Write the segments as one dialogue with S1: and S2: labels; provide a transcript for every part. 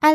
S1: 艾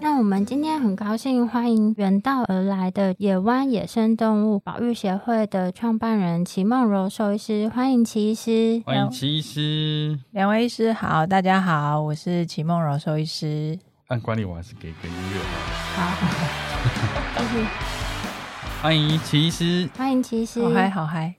S1: 那我们今天很高兴欢迎远道而来的野湾野生动物保育协会的创办人齐梦柔兽医师，欢迎齐医师。
S2: 欢迎齐医师，
S3: 两位医师好，大家好，我是齐梦柔兽医师。
S2: 按惯例我还是给个音乐好了。
S1: 好，
S2: 欢迎齐医师，
S1: 欢迎齐医师。
S3: 好哦嗨 好嗨，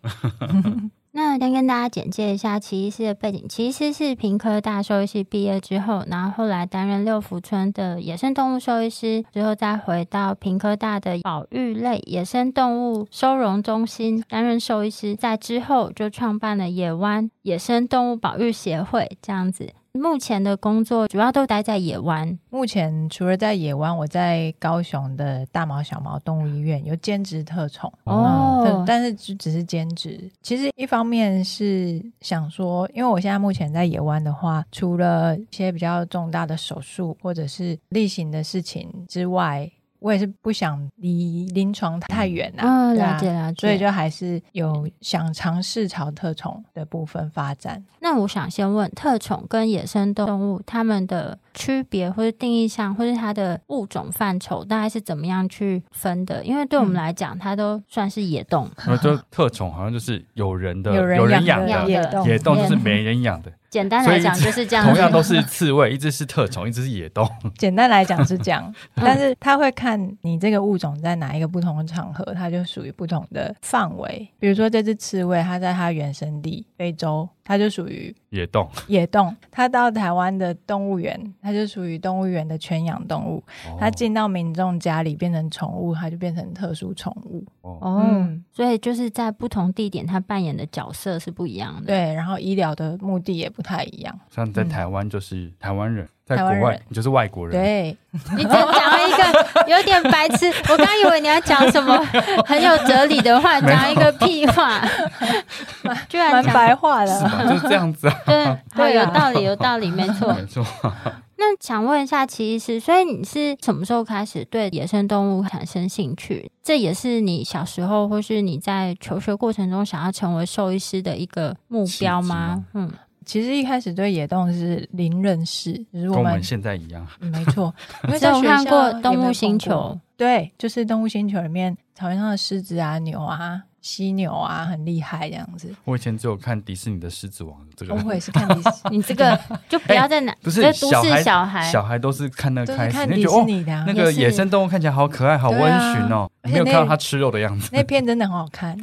S1: 那先跟大家简介一下齐医师的背景。齐医师是平科大兽医系毕业之后，然后后来担任六福村的野生动物兽医师，之后再回到平科大的保育类野生动物收容中心担任兽医师。在之后就创办了野湾野生动物保育协会，这样子。目前的工作主要都待在野湾，
S3: 目前除了在野湾，我在高雄的大毛小毛动物医院有兼职特宠
S1: 哦
S3: 嗯但但是只只是兼职。其实一方面是想说，因为我现在目前在野湾的话，除了一些比较重大的手术或者是例行的事情之外，我也是不想离临床太远啊，
S1: 嗯，
S3: 对
S1: 了
S3: 啊
S1: 解了解。
S3: 所以就还是有想尝试朝特宠的部分发展。
S1: 那我想先问，特宠跟野生动物它们的区别，或是定义上，或是它的物种范畴，大概是怎么样去分的？因为对我们
S3: 嗯
S1: 来讲，它都算是野动，
S2: 然后就特宠好像就是有人的，
S3: 有人
S2: 养
S3: 的
S1: 养
S2: 的，
S1: 的
S3: 野
S2: 野动
S1: 野
S2: 就是没人养的，
S1: 简单来讲
S2: 所以
S1: 就是这样子。
S2: 同样都是刺猬，一只是特宠，一只是野动。
S3: 简单来讲是这样，但是他会看你这个物种在哪一个不同的场合，它就属于不同的范围。比如说这只刺猬，它在它原生地非洲，它就属于
S2: 野动，
S3: 野动；它到台湾的动物园，它就属于动物园的圈养动物；
S2: 哦
S3: 它进到民众家里变成宠物，它就变成特殊宠物。
S2: 哦，
S1: 哦。
S3: 嗯
S1: 所以就是在不同地点，它扮演的角色是不一样的。，
S3: 对，然后医疗的目的也不太一样。
S2: 像在
S3: 嗯
S2: 台湾就是台湾人，在
S3: 台
S2: 国
S3: 湾
S2: 外
S3: 人
S2: 你就是外国人。
S3: 对，
S1: 你只讲了一个有点白痴，我刚以为你要讲什么很有哲理的话，讲一个屁话， 居然
S3: 蛮
S1: 讲
S3: 白话
S2: 是
S3: 的。
S2: 吧？就是这样子啊，
S1: 对对，
S3: 对
S1: 有
S3: 啊
S1: 道理，有道理，没错。
S2: 没 错。
S1: 那想问一下齐医师，所以你是什么时候开始对野生动物产生兴趣？这也是你小时候或是你在求学过程中想要成为兽医师的一个目标吗？嗯，
S3: 其实一开始对野动是零认识，就是
S2: 跟
S3: 我
S2: 我
S3: 们
S2: 们现在一样，啊
S3: 嗯没错，因
S1: 所
S3: 为
S1: 以
S3: 在
S1: 我
S3: 学
S1: 看
S3: 校
S1: 过
S3: 也
S1: 《
S3: 没
S1: 动物
S3: 碰
S1: 星
S3: 过
S1: 球》，
S3: 对，就是《动物星球》里面草原上的狮子啊、牛啊、犀牛啊，很厉害这样子。
S2: 我以前只有看迪士尼的《狮子王》这个，
S3: 哦我也是看迪 士尼，
S1: 嗯你这个就不要再拿，
S2: 哎不是
S1: 这都
S2: 小
S1: 市
S2: 孩
S1: 小孩，
S2: 小孩都是看那
S3: 都
S2: 个
S3: 是
S2: 开始，
S3: 看
S2: 你
S3: 迪
S2: 就觉
S3: 士
S2: 得哦，
S3: 尼的啊、
S2: 那个
S1: 也是
S2: 野生动物看起来好可爱，好温驯哦，你
S3: 对啊
S2: 没有
S3: 而且那
S2: 看到它吃肉的样子。
S3: 那片真的很好看，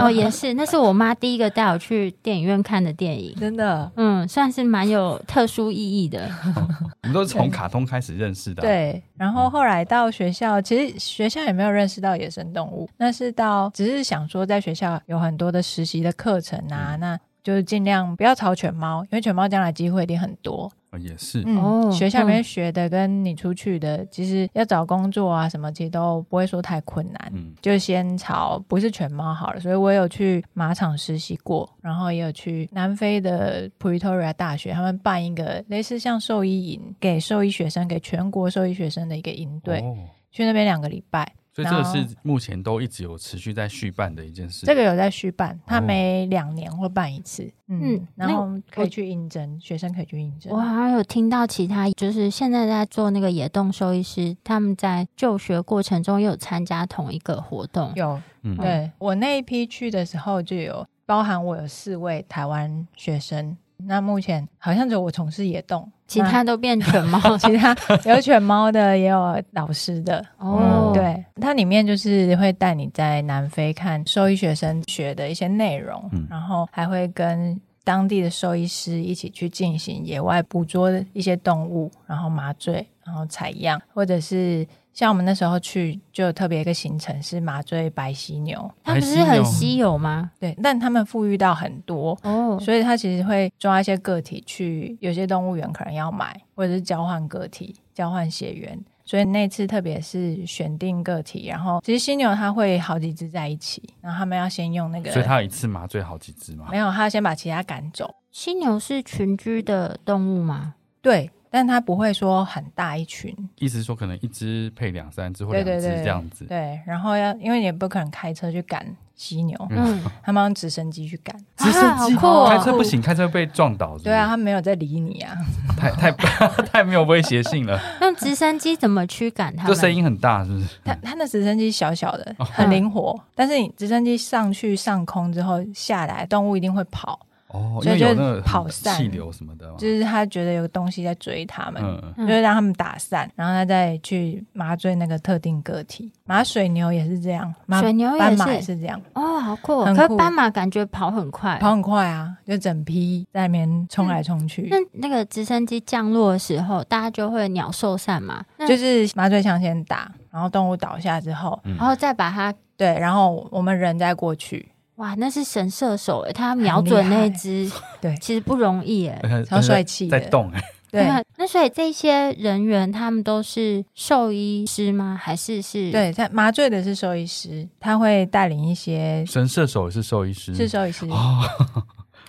S1: 哦，也是，那是我妈第一个带我去电影院看的电影。
S3: 真的。
S1: 嗯，算是蛮有特殊意义的。
S2: 我们都是从卡通开始认识的啊，
S3: 对，然后后来到学校，其实学校也没有认识到野生动物，那是到只是想说，在学校有很多的实习的课程啊，那就是尽量不要朝犬猫，因为犬猫将来机会一定很多。
S2: 哦也是
S3: 嗯，
S1: 哦
S3: 学校里
S1: 嗯
S3: 面学的跟你出去的，其实要找工作啊什么，其实都不会说太困难。
S2: 嗯，
S3: 就先朝不是犬猫好了，所以我有去马场实习过，然后也有去南非的 Pretoria 大学，他们办一个类似像兽医营，给兽医学生，给全国兽医学生的一个营队，
S2: 哦
S3: 去那边两个礼拜。
S2: 所以这个
S3: 然后
S2: 是目前都一直有持续在续办的一件事。
S3: 这个有在续办，它
S2: 哦
S3: 每两年会办一次，
S1: 嗯
S3: 嗯，然
S1: 那
S3: 后可以去应征，学生可以去应征
S1: 我。好像有听到其他，就是现在在做那个野动兽医师，他们在就学过程中也有参加同一个活动。
S3: 有，
S2: 嗯，
S3: 对我那一批去的时候就有包含我有四位台湾学生，那目前好像只有我从事野动，
S1: 其他
S3: 嗯
S1: 都变犬 猫
S3: 那其他有犬猫的，也有老师的，
S1: 哦，
S3: 嗯对，它里面就是会带你在南非看兽医学生学的一些内容，
S2: 嗯
S3: 然后还会跟当地的兽医师一起去进行野外捕捉的一些动物，然后麻醉，然后采样，或者是像我们那时候去，就有特别一个行程是麻醉白犀牛，
S1: 它不是很稀有吗？
S3: 对，但他们富裕到很多。
S1: 哦，
S3: 所以它其实会抓一些个体去，有些动物园可能要买，或者是交换个体、交换血缘。所以那次特别是选定个体，然后其实犀牛它会好几只在一起，然后他们要先用那个，
S2: 所以它一次麻醉好几只嘛
S3: 没。有，它要先把其他赶走。
S1: 犀牛是群居的动物吗？
S3: 对，但它不会说很大一群，
S2: 意思是说可能一只配两三只或
S3: 对
S2: 两
S3: 对
S2: 只
S3: 对
S2: 这样子。
S3: 对，然后要因为你也不可能开车去赶犀牛，
S1: 嗯，
S3: 他们用直升机去赶。
S2: 直升
S1: 好
S2: 机
S1: 酷哦
S2: 开车不行，开车被撞倒是不是。
S3: 对啊，他没有在理你啊，
S2: 太太 太没有威胁性 了，
S1: 用直升机怎么驱赶它
S2: 这声
S1: 们？
S2: 音很大是不是？
S3: 它它的直升机小小
S2: 哦
S3: 的，很灵活，但是你直升机上去上空之后下来，动物一定会跑，
S2: 哦，因
S3: 所
S2: 为
S3: 以就
S2: 有那个
S3: 跑散
S2: 气流什么的嘛。
S3: 就是它觉得有个东西在追它们。
S2: 哦嗯，
S1: 嗯
S3: 就是让他们打散，然后它再去麻醉那个特定个体。麻水牛也是这样，麻
S1: 水牛
S3: 斑
S1: 也
S3: 马也
S1: 是
S3: 是这样，
S1: 哦，好酷哦！
S3: 很
S1: 可
S3: 酷
S1: 斑马感觉跑很快，
S3: 跑很快啊，就整批在那边冲来冲去
S1: 那。那个直升机降落的时候，大家就会鸟兽散嘛，那
S3: 就是麻醉枪先打，然后动物倒下之后，
S2: 嗯
S1: 然后再把它，
S3: 对，然后我们人再过去，
S1: 哇，那是神射手诶，他瞄准那只，
S3: 对
S1: 其实不容易诶。
S2: 而且
S3: 超帅气
S2: 呃在
S3: 的。
S2: 动哎，
S3: 对
S1: 啊，那所以这些人员他们都是兽医师吗？还是是？，
S3: 对，他麻醉的是兽医师，他会带领一些
S2: 神射手也是兽医师，
S3: 是兽医师，
S2: 哦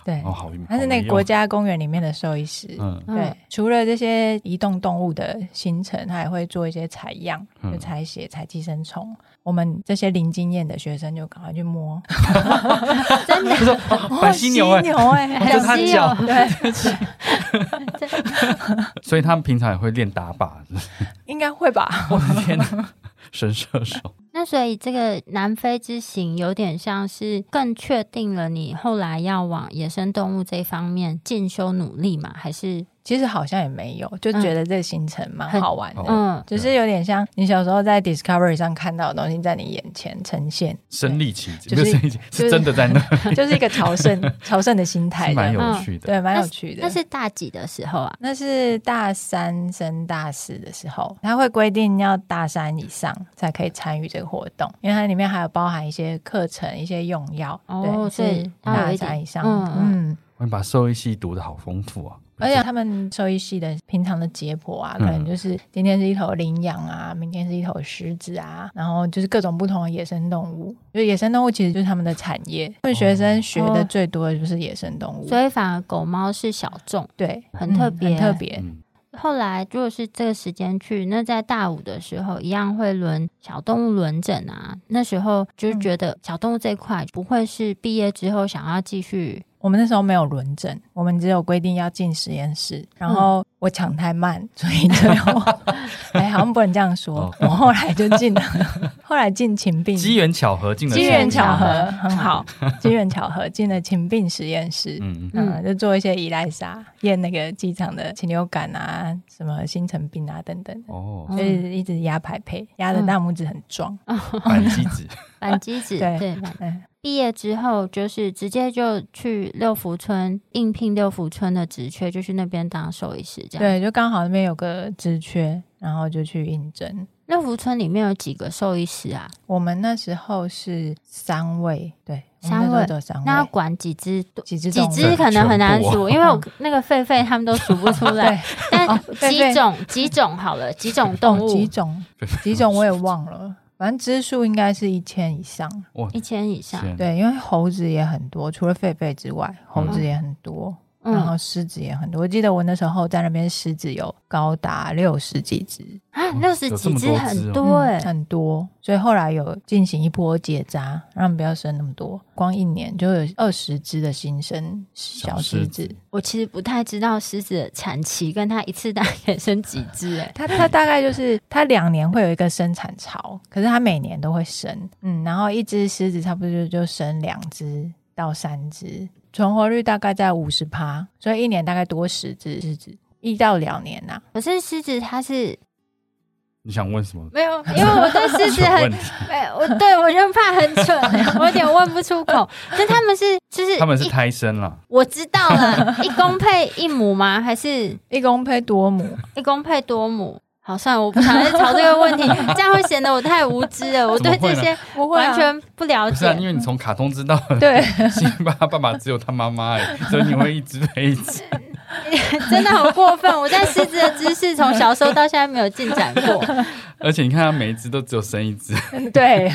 S3: 对
S2: 哦，，好，
S3: 他是那个
S2: 好
S3: 国家公园里面的兽医师。
S2: 没用，嗯，
S1: 嗯
S3: 对，除了这些移动动物的行程，他也会做一些采样，
S2: 嗯
S3: 就采血、采寄生虫。我们这些零经验的学生就赶快去摸，
S1: 真的
S2: 他说哦白犀牛
S3: 哦
S2: 哎
S3: 犀，牛 哎，
S2: 哦这是他的
S1: 犀
S2: 脚，
S3: 对，
S2: 所以他们平常也会练打靶， 是不是
S3: 应该会吧？
S2: 我的天哪，神射手，
S1: 那所以这个南非之行有点像是更确定了你后来要往野生动物这一方面进修努力嘛？还是
S3: 其实好像也没有，就觉得这个行程蛮好玩
S2: 哦
S3: 的。
S1: 嗯，
S3: 只是有点像你小时候在 Discovery 上看到的东西在你眼前呈现，
S2: 身临其境，不
S3: 就是
S2: 是身临其境
S3: 就是
S2: 是真的 在那，
S3: 就是一个朝圣朝圣的心
S2: 是
S3: 态这
S2: 蛮
S3: 样，
S2: 有
S1: 嗯
S2: 趣的。
S3: 对，蛮有趣的。
S1: 那是大几的时候啊？
S3: 那是大三升大四的时候，他会规定要大三以上才可以参与这个活动，因为它里面还有包含一些课程、一些用药，
S1: 哦
S3: 对，
S1: 所以
S3: 是
S1: 它有
S3: 大
S1: 一点
S3: 三以上，
S1: 嗯
S3: 嗯。
S2: 我们把兽医系读的好丰富啊，
S3: 而且他们兽医系的平常的解剖
S2: 嗯
S3: 啊，可能就是今天是一头羚羊啊，明天是一头狮子啊，然后就是各种不同的野生动物。就野生动物其实就是他们的产业，他们学生学的最多的就是野生动物，
S1: 所以反而狗猫是小众。
S3: 对，
S1: 很特别
S3: 很特别。
S2: 嗯，
S1: 后来如果是这个时间去，那在大五的时候一样会轮小动物轮诊啊。那时候就觉得小动物这一块不会是毕业之后想要继续
S3: 我们那时候没有轮诊，我们只有规定要进实验室。然后我抢太慢， 所以最后，哎，好像不能这样说
S2: 哦。
S3: 我后来就进 了，后来进情病，
S2: 机缘巧合进了
S3: 嗯机
S2: 实
S3: 缘
S2: 验
S3: 巧
S2: 室
S3: 合，很好，机缘巧合进了情病实验室。
S2: 嗯，嗯
S1: 嗯
S3: 嗯，就做一些依赖沙，验那个机场的禽流感啊，什么新陈病啊等等的，
S2: 哦，
S1: 嗯
S3: 就是一直压排配，压的大拇指很壮。
S2: 反机 子，
S1: 反机子？
S3: 对
S1: 对，反
S3: 嗯，
S1: 毕业之后就是直接就去六福村应聘六福村的职缺，就去那边当兽医师这样。，
S3: 对，就刚好那边有个职缺，然后就去应征。
S1: 六福村里面有几个兽医师啊？
S3: 我们那时候是三位，对，我们
S1: 三位
S3: 那时候只有三
S1: 那要
S3: 位，
S1: 管几只？
S3: 几只
S1: 几
S3: 动物
S1: 只可能很难
S2: 全部啊
S1: 数，因为我那个狒狒他们都数不出来。
S3: 对，
S1: 但
S3: 哦狒
S1: 几
S3: 狒
S1: 种几种好了，几种动
S3: 哦几
S1: 物
S3: 种几种我也忘了，反正只数应该是一千以上。
S2: 哇，
S1: 一千以上，
S2: 天，
S3: 对，因为猴子也很多，除了狒狒之外，猴子也很多。
S1: 嗯
S3: 然后狮子也很多。我记得我那时候在那边，狮子有高达六十几只，嗯
S1: 啊，
S2: 嗯
S1: 六十
S2: 有这
S1: 几
S2: 么
S1: 只
S2: 多只
S1: 很
S2: 哦
S1: 多哎、
S3: 很多，所以后来有进行一波结扎，让他们不要生那么多。光一年就有二十只的新生小狮子，
S1: 我其实不太知道狮子的产期跟它一次大概 生几只哎、
S3: 它它大概就是它两年会有一个生产潮，可是它每年都会生，嗯，然后一只狮子差不多就就生两只到三只，存活率大概在五十趴，所以一年大概多十只狮子，一到两年呐、
S1: 可是狮子它是
S2: 你想问什么？
S1: 没有，因为我对狮子
S2: 蠢
S1: 很
S2: 问题，
S1: 没有，我对我就怕很蠢， 我有点问不出口。但他们是就是
S2: 他们是
S1: 一
S2: 胎生啦，
S1: 我知道了，一公配一母吗？还是
S3: 一公配多母，
S1: 一公配多母？好，算了，我不想再吵这个问题， 这样会显得我太无知了。我
S2: 怎么
S1: 对
S2: 会
S1: 这
S2: 呢
S1: 些
S3: 不
S1: 完全不了
S2: 不是啊，
S1: 解。
S2: 因为你从卡通知道，
S3: 对，
S2: 辛巴爸爸只有他妈妈哎，所以你会一直被一直。
S1: 真的好过分！我在狮子的知识从小时候到现在没有进展过，
S2: 而且你看，它每一只都只有生一只，
S3: 对，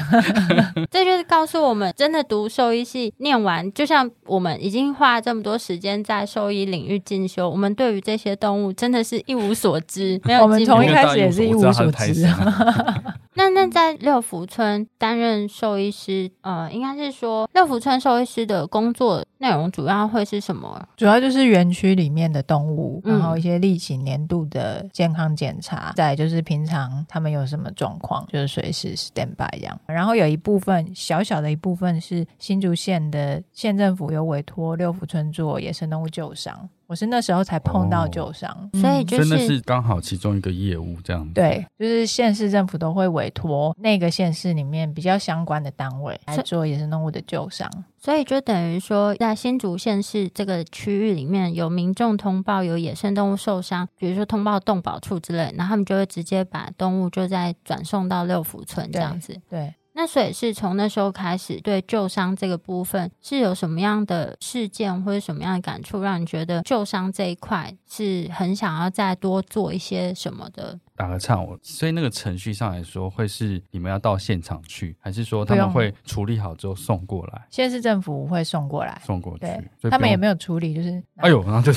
S1: 这就是告诉我们，真的读兽医系念完，就像我们已经花这么多时间在兽医领域进修，我们对于这些动物真的是一无所知，没有
S3: 我们
S1: 进步
S3: 从一开始也是一无所知
S2: 我知道它胎生 啊
S1: 那那在六福村担任兽医师，呃，应该是说六福村兽医师的工作内容主要会是什么？
S3: 主要就是园区里面的动物，
S1: 嗯
S3: 然后一些例行年度的健康检查，再来就是平常他们有什么状况，就是随时 stand by 这样。然后有一部分小小的一部分是新竹县的县政府有委托六福村做野生动物救伤，我是那时候才碰到
S2: 哦
S3: 救伤，
S1: 所以
S3: 嗯
S1: 就
S2: 真的
S1: 是
S2: 是刚好其中一个业务这样。
S3: 对，就是县市政府都会委托那个县市里面比较相关的单位来
S1: 所以
S3: 做野生动物的救伤。
S1: 所以就等于说，在新竹县市这个区域里面，有民众通报有野生动物受伤，比如说通报动保处之类，然后他们就会直接把动物就再转送到六福村这样子。
S3: 对，
S1: 那所以是从那时候开始，对旧伤这个部分是有什么样的事件或者什么样的感触，让你觉得旧伤这一块是很想要再多做一些什么的？
S2: 打个岔，我所以那个程序上来说，会是你们要到现场去，还是说他们
S3: 不
S2: 会处理好之后送过来？
S3: 县市政府会送过来。
S2: 送过去
S3: 对，
S2: 所以
S3: 他们也
S2: 不用
S3: 没有处理，就是拿
S2: 哎呦，然后 就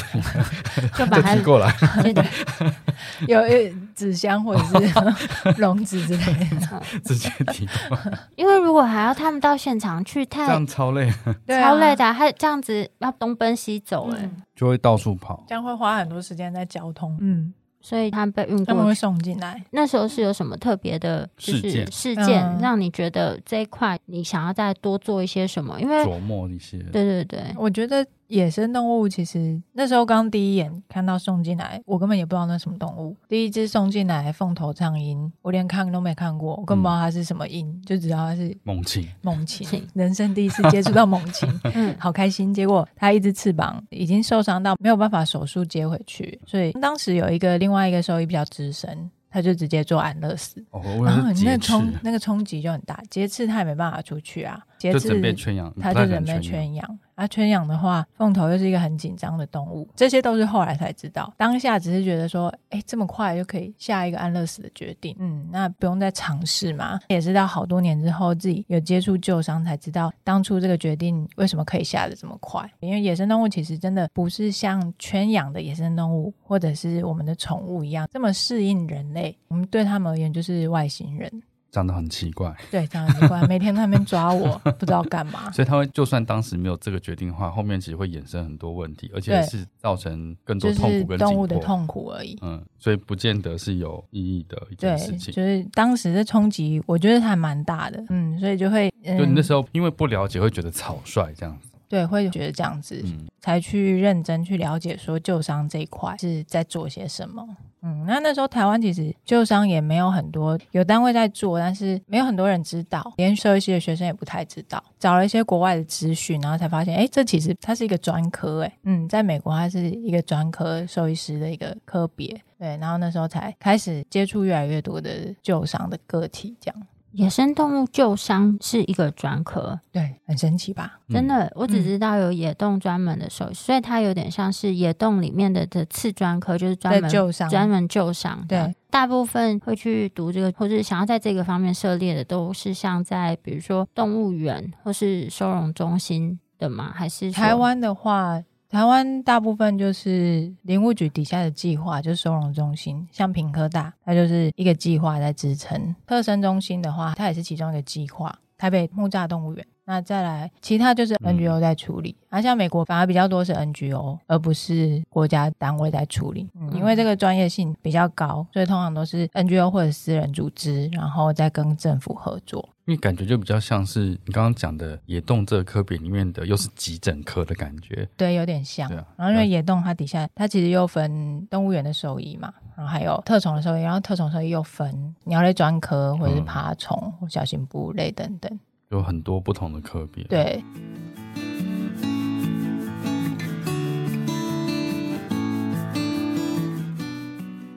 S1: 就把
S2: 就
S1: 它
S2: 踢过来，
S1: 就
S3: 有呃纸箱或者
S1: 哦
S3: 是 笼子之类 的，
S2: 直接 踢
S3: 哎
S2: 过来，
S1: 因为如果还要他们到现场去，
S2: 这
S1: 太
S2: 样超累，
S3: 对啊
S1: 超累，的啊、还这样子要东奔西走、欸，
S3: 嗯
S2: 就会到处跑。
S3: 这样会花很多时间在交通。嗯，
S1: 所以他们被运
S3: 他们
S1: 过
S3: 会
S1: 去。
S3: 送进来。
S1: 那时候是有什么特别的，就是
S2: 事件
S1: 事件、
S3: 嗯
S1: 让你觉得这一块你想要再多做一些什么？因为
S2: 琢磨一些，
S1: 对对对，
S3: 我觉得野生动物其实那时候刚第一眼看到送进来，我根本也不知道那什么动物。第一只送进来凤头苍鹰，我连看都没看过，我根本不知道它是什么鹰，就只知道它是
S2: 猛禽
S3: 猛禽
S1: 禽。
S3: 人生第一次接触到猛禽，
S1: 嗯，
S3: 好开心。结果他一只翅膀已经受伤到没有办法手术接回去，所以当时有一个另外一个兽医比较资深，他就直接做安乐死。
S2: 哦，我
S3: 然后
S2: 有
S3: 啊你
S2: 劫
S3: 那个
S2: 持，
S3: 冲那个冲击就很大，截肢他也没办法出去啊，截
S2: 就
S3: 肢
S2: 准备圈养，
S3: 他
S2: 不太
S3: 就
S2: 可
S3: 准
S2: 能
S3: 备
S2: 圈养。
S3: 圈养。啊，圈养的话，凤头又是一个很紧张的动物，这些都是后来才知道。当下只是觉得说，哎，这么快就可以下一个安乐死的决定，嗯，那不用再尝试嘛。也是到好多年之后，自己有接触旧伤，才知道当初这个决定为什么可以下的这么快。因为野生动物其实真的不是像圈养的野生动物或者是我们的宠物一样这么适应人类，我们对他们而言就是外星人。
S2: 长得很奇怪，
S3: 对，这样很奇怪，每天在那边抓我，不知道干嘛。
S2: 所以他会就算当时没有这个决定的话，后面其实会衍生很多问题，而且
S3: 对
S2: 是造成更多
S3: 就
S2: 痛
S3: 是
S2: 苦跟
S3: 动物
S2: 紧
S3: 的
S2: 迫。
S3: 痛苦而已。
S2: 嗯，所以不见得是有意义的一
S3: 对
S2: 件事，情。
S3: 就是当时的冲击，我觉得还蛮大的，嗯，所以就会，嗯，
S2: 就你那时候因为不了解，会觉得草率这样子。
S3: 对，会觉得这样子，
S2: 嗯，
S3: 才去认真去了解说旧伤这一块是在做些什么。嗯，那那时候台湾其实旧伤也没有很多，有单位在做，但是没有很多人知道，连兽医系的学生也不太知道。找了一些国外的资讯，然后才发现，哎，这其实它是一个专科，哎，嗯，在美国它是一个专科兽医师的一个科别，对。然后那时候才开始接触越来越多的旧伤的个体，这样，
S1: 野生动物救伤是一个专科，
S3: 对，很神奇吧？
S1: 真
S2: 嗯
S1: 的，我只知道有野动专门的兽医，所以它有点像是野动里面的的次专科，就是专
S3: 在
S1: 门
S3: 旧伤，
S1: 专门救伤。
S3: 对，
S1: 大部分会去读这个，或是想要在这个方面涉猎的，都是像在比如说动物园或是收容中心的吗？还是说
S3: 台湾的话，台湾大部分就是林务局底下的计划，就是收容中心，像屏科大，它就是一个计划在支撑；特生中心的话，它也是其中一个计划。台北木栅动物园，那再来其他就是
S2: 嗯
S3: NGO 在处理，而、像美国反而比较多是 NGO，而不是国家单位在处理，
S1: 嗯
S3: 因为这个专业性比较高，所以通常都是 NGO 或者私人组织，然后再跟政府合作。
S2: 因为感觉就比较像是你刚刚讲的野动这个科别里面的，又是急诊科的感觉。
S3: 对，有点像。
S2: 对啊
S3: 然后因为野洞它底下，它其实又分动物园的兽医嘛，然后还有特宠的兽医，然后特宠兽医又分鸟类专科或者是
S2: 嗯
S3: 爬虫、或小型哺乳类等等。
S2: 有很多不同的科别。，
S3: 对，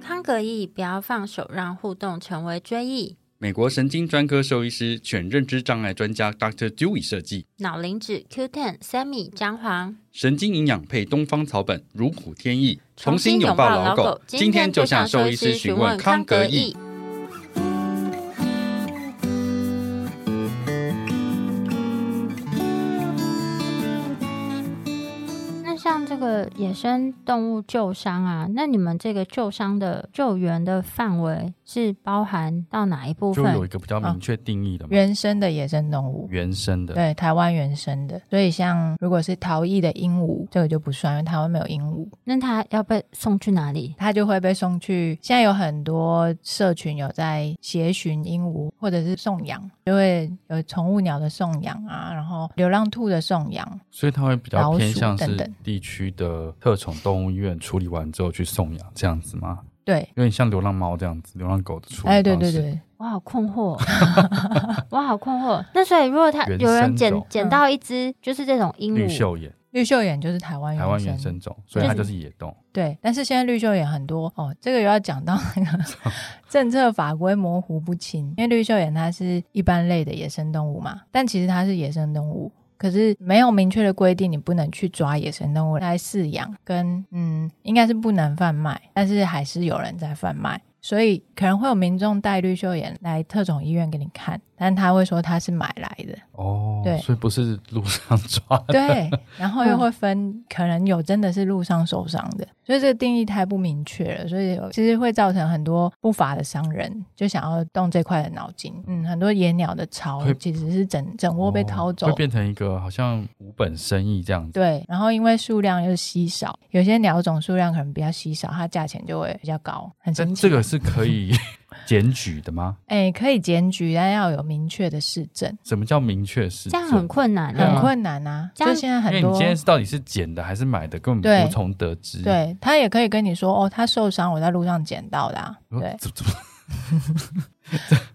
S1: 康格义不要放手，让互动成为追忆。
S2: 美国神经专科兽医师、犬认知障碍专家 Dr. Dewey 设计，
S1: 脑磷脂 Q10、Sammy、姜黄，
S2: 神经营养配东方草本，如虎添翼。重新拥抱老狗，今天就向兽医师询问康格义。。
S1: 那像这个野生动物救伤啊，那你们这个救伤的救援的范围是包含到哪一部
S2: 就有
S1: 分
S2: 一？个比较明确定义的嘛，
S3: 原生的野生动物。
S2: 原生的。
S3: 对，台湾原生的，所以像如果是逃逸的鹦鹉，这个就不算，因为台湾没有鹦鹉，
S1: 那它要被送去哪里？
S3: 它就会被送去。现在有很多社群有在协寻鹦鹉，或者是送养，就会有宠物鸟的送养啊，然后流浪兔的送养，
S2: 所以它会比较偏向
S3: 老鼠等
S2: 是
S3: 等
S2: 地区的特宠动物医院处理完之后去送养这样子吗？
S3: 对，
S2: 有点像流浪猫这样子，流浪狗的处理
S3: 哎，对
S2: 方
S3: 对
S2: 式
S3: 对，
S1: 我好困惑 哦，我好困惑。那所以如果他
S2: 原
S1: 有人
S2: 生
S1: 捡
S2: 种
S1: 捡到一只，就是这种鹦
S2: 绿
S1: 鹉，
S2: 袖眼，
S3: 绿袖眼就是台湾
S2: 台湾
S3: 原
S2: 原
S3: 生，
S2: 生种，所以它就是野动。
S3: 对。但是现在绿袖眼很多哦，这个又要讲到那个政策法规模糊不清，因为绿袖眼它是一般类的野生动物嘛，但其实它是野生动物。可是没有明确的规定，你不能去抓野生动物来饲养，跟嗯，应该是不能贩卖，但是还是有人在贩卖，所以可能会有民众带绿袖眼来特种医院给你看，但他会说他是买来的，
S2: 哦
S3: 对，
S2: 所以不是路上抓 的。
S3: 对，然后又会
S2: 嗯
S3: 分，可能有真的是路上受伤的，所以这个定义太不明确了，所以有其实会造成很多不法的商人就想要动这块的脑筋。嗯，很多野鸟的巢
S2: 会哦
S3: 其实是整整窝被掏走
S2: 会。变成一个好像无本生意这样子。
S3: 对，然后因为数量又稀少，有些鸟种数量可能比较稀少，它价钱就会比较高，很神
S2: 但
S3: 奇。
S2: 这个是可以 检举的吗？
S3: 哎，可以检举，但要有明确的市政，
S2: 什么叫明确是？
S1: 这样很困难
S2: 对啊
S3: 很
S1: 欸。
S3: 困难啊。
S1: 这样
S3: 就现在
S2: 因
S3: 很
S2: 为
S3: 多
S2: 你今天是到底是捡的还是买的，根
S3: 对
S2: 本无从得知。，
S3: 对他也可以跟你说哦，他受伤，我在路上捡到的、啊。对，
S2: 怎怎么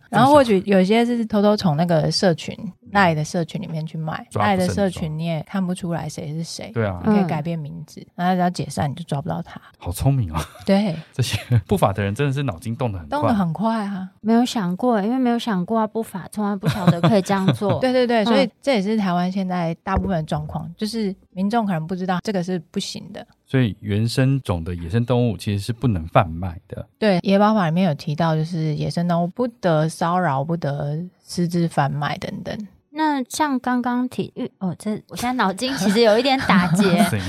S3: 然后或许
S2: 啊
S3: 有些是偷偷从那个社群赖的社群里面去卖，
S2: 嗯抓不
S3: 赖的
S2: 胜
S3: 社
S2: 抓
S3: 群你也看不出来谁是谁，
S2: 对啊
S3: 你，可以
S1: 嗯
S3: 改变名字，然后只要解散你就抓不到他。
S2: 好聪明哦！
S3: 对，
S2: 这些不法的人真的是脑筋动得很快，
S3: 动得很快啊。
S1: 没有想过，因为没有想过啊，不法，从来不晓得可以这样
S2: 哦
S1: 做。
S3: 对对对，所以
S1: 嗯
S3: 这也是台湾现在大部分的状况，就是民众可能不知道这个是不行的。
S2: 所以原生种的野生动物其实是不能贩卖的。，
S3: 对，《野保法》里面有提到，就是野生动物不得骚扰、不得私自贩卖等等。
S1: 那像刚刚体育哦，这我现在脑筋其实有一点打结
S2: 所以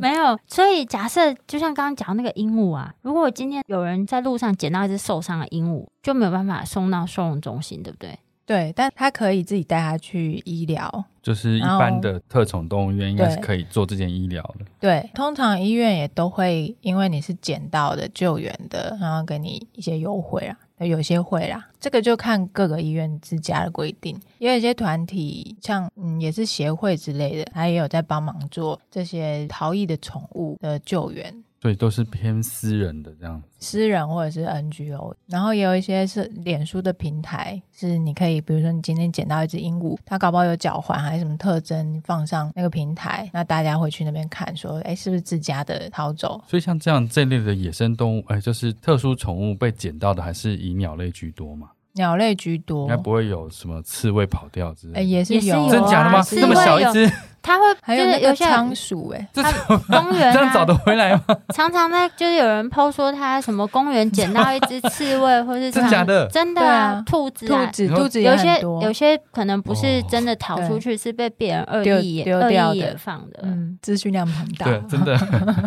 S1: 没有。所以假设就像刚刚讲那个鹦鹉啊，如果今天有人在路上捡到一只受伤的鹦鹉，就没有办法送到收容中心，对不对？
S3: 对，但他可以自己带他去医疗，
S2: 就是一般的特宠动物医院应该是可以做这件医疗的。
S3: 对，通常医院也都会因为你是捡到的救援的，然后给你一些优惠啊，有些会啦。这个就看各个医院自家的规定，也有一些团体像嗯也是协会之类的，他也有在帮忙做这些逃逸的宠物的救援。
S2: 所以都是偏私人的这样子。
S3: 私人或者是 NGO，然后也有一些是脸书的平台，是你可以，比如说你今天捡到一只鹦鹉，它搞不好有脚环还是什么特征，你放上那个平台，那大家会去那边看说，哎，是不是自家的逃走？
S2: 所以像这样这类的野生动物，哎，就是特殊宠物被捡到的，还是以鸟类居多嘛？
S3: 鸟类居多
S2: 应该，不会有什么刺猬跑掉之类
S3: 哎，
S2: 的。
S3: 也是
S1: 也是
S3: 有，
S1: 有
S2: 真假的吗？
S1: 啊
S3: 是
S2: 那么小一只，
S1: 他会
S3: 还
S1: 就
S3: 有
S1: 是
S3: 那
S1: 有
S3: 个
S1: 些人
S3: 仓鼠、欸，哎，
S2: 这
S1: 他
S2: 怎么
S1: 公 园
S2: 这样
S1: 啊
S2: 找，得回来吗？
S1: 常常在就是有人剖说他什么公园捡到一只刺猬，或是
S2: 真
S1: 什
S2: 假
S1: 么
S2: 的？
S1: 真的
S3: 对
S1: 啊
S3: 啊，
S1: 兔子
S3: 兔
S1: 啊，
S3: 子，
S2: 然后
S3: 兔子也
S1: 有些
S3: 很多。
S1: 有些可能不是
S2: 哦
S1: 真的逃出去，是被别人恶
S3: 丢
S1: 意
S3: 丢
S1: 恶
S3: 掉
S1: 意
S3: 的
S1: 野放的。
S3: 嗯，资讯量很大。
S2: 对，真的。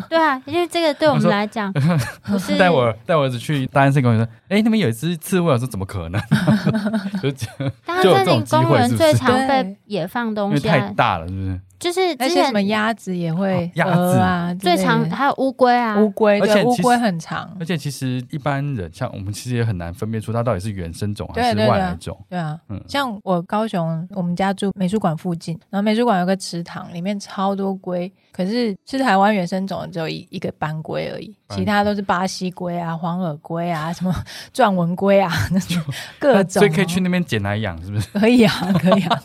S1: 对啊，因为这个对我们来讲不是
S2: 带我带我儿子去大安森林公园说，哎、那边有一只刺猬，我说怎么可能？ 就这样
S1: 大安
S2: 就有
S1: 森
S2: 这种
S1: 林
S2: 机
S1: 公
S2: 会
S1: 园
S2: 是不
S1: 最
S2: 是
S1: 常被
S3: 对
S1: 野放
S2: 因
S1: 东
S2: 为
S1: 西
S2: 太
S1: 啊，
S2: 大了，是不是？
S1: 就是
S3: 那
S1: 之
S3: 些什么
S1: 前
S3: 鸭子也
S2: 哦
S3: 会，
S2: 鸭子
S3: 鹅啊之类
S1: 最
S3: 的，
S1: 常还有乌龟啊，
S3: 乌龟，
S2: 而且
S3: 对，乌
S2: 其
S3: 龟
S2: 实
S3: 很长
S2: 而，且其实一般人像我们，其实也很难分辨出它到底是原生种还
S3: 对
S2: 是
S3: 对对
S2: 外来种。
S3: 对啊。
S2: 嗯，
S3: 像我高雄，我们家住美术馆附近，然后美术馆有个池塘，里面超多龟，可是是台湾原生种的只有一一个斑龟而已，
S2: 斑龟
S3: 其他都是巴西龟啊、黄耳龟啊、什么 转纹龟啊那 种
S1: 啊
S3: 各种哦，
S2: 所以可以去那边捡来养， 是不是？
S3: 可以啊，可以啊，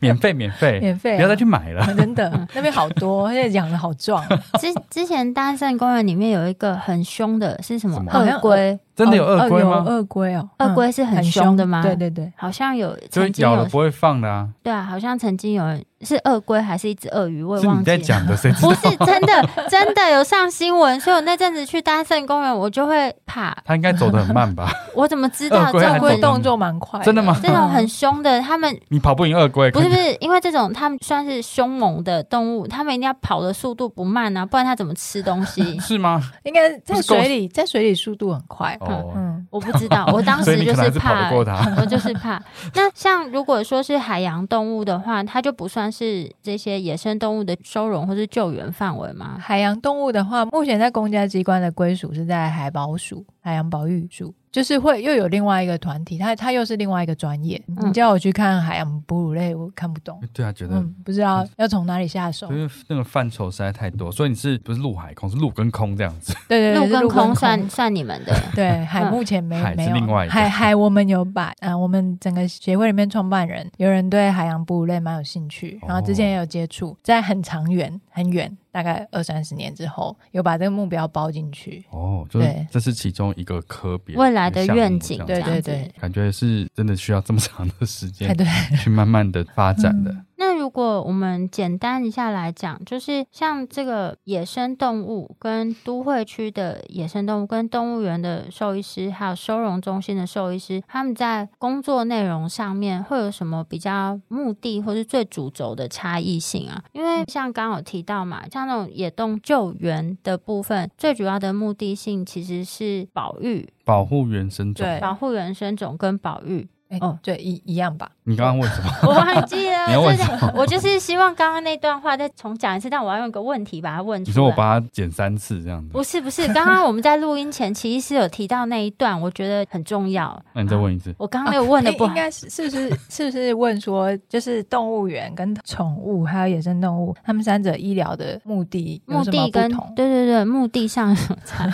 S2: 免费，免费，
S3: 免费、啊，
S2: 不要再去买
S1: 哦
S2: 了。
S3: 真的， 那边好 多，而且养的好壮，
S1: 之之前大安森林公园里面有一个很凶的，是什么
S2: 什么
S1: 鳄龟？
S2: 真的有
S3: 鳄
S2: 鳄龟吗？
S3: 鳄龟哦，
S1: 鳄龟是
S3: 嗯很
S1: 凶的吗？
S3: 对，对对，
S1: 好像有
S2: 就
S1: 曾
S2: 是
S1: 经
S2: 咬了
S1: 有
S2: 不会放的啊！
S1: 对啊，好像曾经有人是鳄龟还是一只鳄鱼，我也
S2: 是
S1: 忘
S2: 你
S1: 记
S2: 在
S1: 了。
S2: 讲的，谁知 道
S1: 不？是真的，真的有上新闻，所以我那阵子去大安森林公园，我就会怕。
S2: 它应该走得很慢吧？
S1: 我怎么知道
S2: 鳄龟
S1: 这
S3: 鳄
S2: 还
S3: 龟
S1: 种
S2: 懂
S3: 动作蛮快，嗯
S2: 真的吗
S1: 这种很凶的，他们
S2: 你跑不赢鳄龟，？
S1: 不是不是，因为这种他们算是凶猛的动物，他们一定要跑的速度不慢啊，不然他怎么吃东西
S2: 是吗？
S3: 应该在
S2: 不是够
S3: 水里，在水里速度很快。
S2: 哦，
S3: 嗯，
S1: 我不知道，我当
S2: 所
S1: 时
S2: 以你
S1: 就
S2: 可能还是跑
S1: 怕
S2: 得过它。
S1: 我就是怕。那像如果说是海洋动物的话，它就不算是这些野生动物的收容或是救援范围吗？
S3: 海洋动物的话，目前在公家机关的归属是在海保署、海洋保育署，就是会又有另外一个团体，它它又是另外一个专业。
S1: 嗯
S3: 你叫我去看海洋哺乳类，我看不懂，
S2: 对啊，觉得
S3: 嗯，不知道要从哪里下手。
S2: 因为那个范畴实在太多，所以你是不是陆海空是陆跟空这样子？
S3: 对对对，
S1: 陆
S3: 是
S1: 跟空算
S3: 空
S1: 算你们的，
S3: 对海
S1: 嗯
S3: 目前没
S2: 海是
S3: 没有
S2: 另外一个
S3: 海海我们有把呃我们整个协会里面创办人有人对海洋哺乳类蛮有兴趣，
S2: 哦
S3: 然后之前也有接触，在很长远很远，大概二三十年之后，有把这个目标包进去。
S2: 哦，就是
S3: 对
S2: 这是其中一个科别
S1: 未来的愿景
S2: 一哦个项
S1: 这
S2: 目这样
S3: 对
S1: 样子。
S3: 对对
S2: 感觉是真的需要这么长的时
S3: 哎，
S2: 间
S3: 对，嗯
S2: 去慢慢的发展的。
S1: 那如果我们简单一下来讲，就是像这个野生动物跟都会区的野生动物跟动物园的兽医师，还有收容中心的兽医师，他们在工作内容上面会有什么比较目的或是最主轴的差异性啊？因为像刚刚有提到嘛，像那种野动救援的部分，最主要的目的性其实是保育、
S2: 保护原生种，
S3: 对
S1: 保护原生种跟保育。
S3: 哎
S1: 哦
S3: 对一一样吧。
S2: 你刚刚问什 么？
S1: 我忘记了，
S2: 你要问
S1: 真的
S2: 什么
S1: 我就是希望刚刚那段话再重讲一次，但我要用一个问题把它问出
S2: 你
S1: 来。
S2: 说我把它剪三次这样子
S1: 不，是不是，刚刚我们在录音前，其实是有提到那一段，我觉得很重要。
S2: 那你再问一次。
S1: 我刚刚没有问的
S3: 哎
S1: 不
S3: 应
S1: 好，
S3: 该是是不是是不是问说，就是动物园跟宠物还有野生动物，他们三者医疗的目的有
S1: 目
S3: 什么
S1: 的
S3: 不
S1: 跟
S3: 同？
S1: 对对对目的上有什么 差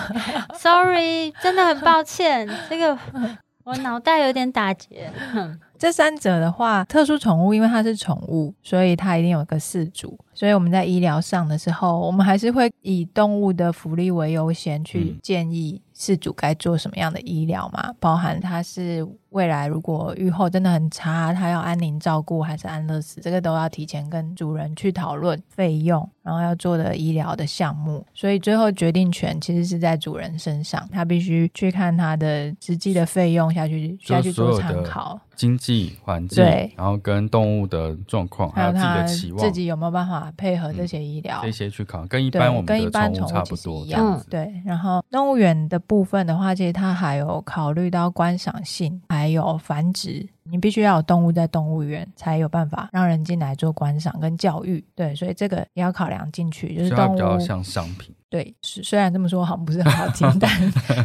S1: ？Sorry，真的很抱歉，这个我脑袋有点打结。哼
S3: 这三者的话，特殊宠物因为它是宠物，所以它一定有个饲主。所以我们在医疗上的时候，我们还是会以动物的福利为优先去
S2: 嗯
S3: 建议饲主该做什么样的医疗嘛，包含它是未来如果愈后真的很差，它要安宁照顾还是安乐死，这个都要提前跟主人去讨论费用，然后要做的医疗的项目。所以最后决定权其实是在主人身上，他必须去看他的实际的费用下去下去
S2: 就
S3: 做
S2: 是所有
S3: 参
S2: 的
S3: 考。
S2: 经济环境
S3: 对，
S2: 然后跟动物的状况，还有
S3: 还有
S2: 自己
S3: 他
S2: 的期望，嗯
S3: 自己有没有办法配合这些医疗？
S2: 这些去考，跟一
S3: 对
S2: 般我们
S3: 跟一
S2: 的
S3: 般
S2: 宠
S3: 宠
S2: 物
S3: 物
S2: 差
S3: 其
S2: 不
S3: 实
S2: 多
S3: 一
S2: 这样
S1: 样
S2: 子。
S3: 对，然后动物园的部分的话，其实它还有考虑到观赏性，还有繁殖。你必须要有动物在动物园，才有办法让人进来做观赏跟教育。对，所以这个也要考量进去，就是
S2: 所以它
S3: 动
S2: 比较
S3: 物
S2: 像商品，
S3: 对。虽虽然这么说好像不是很好听， 但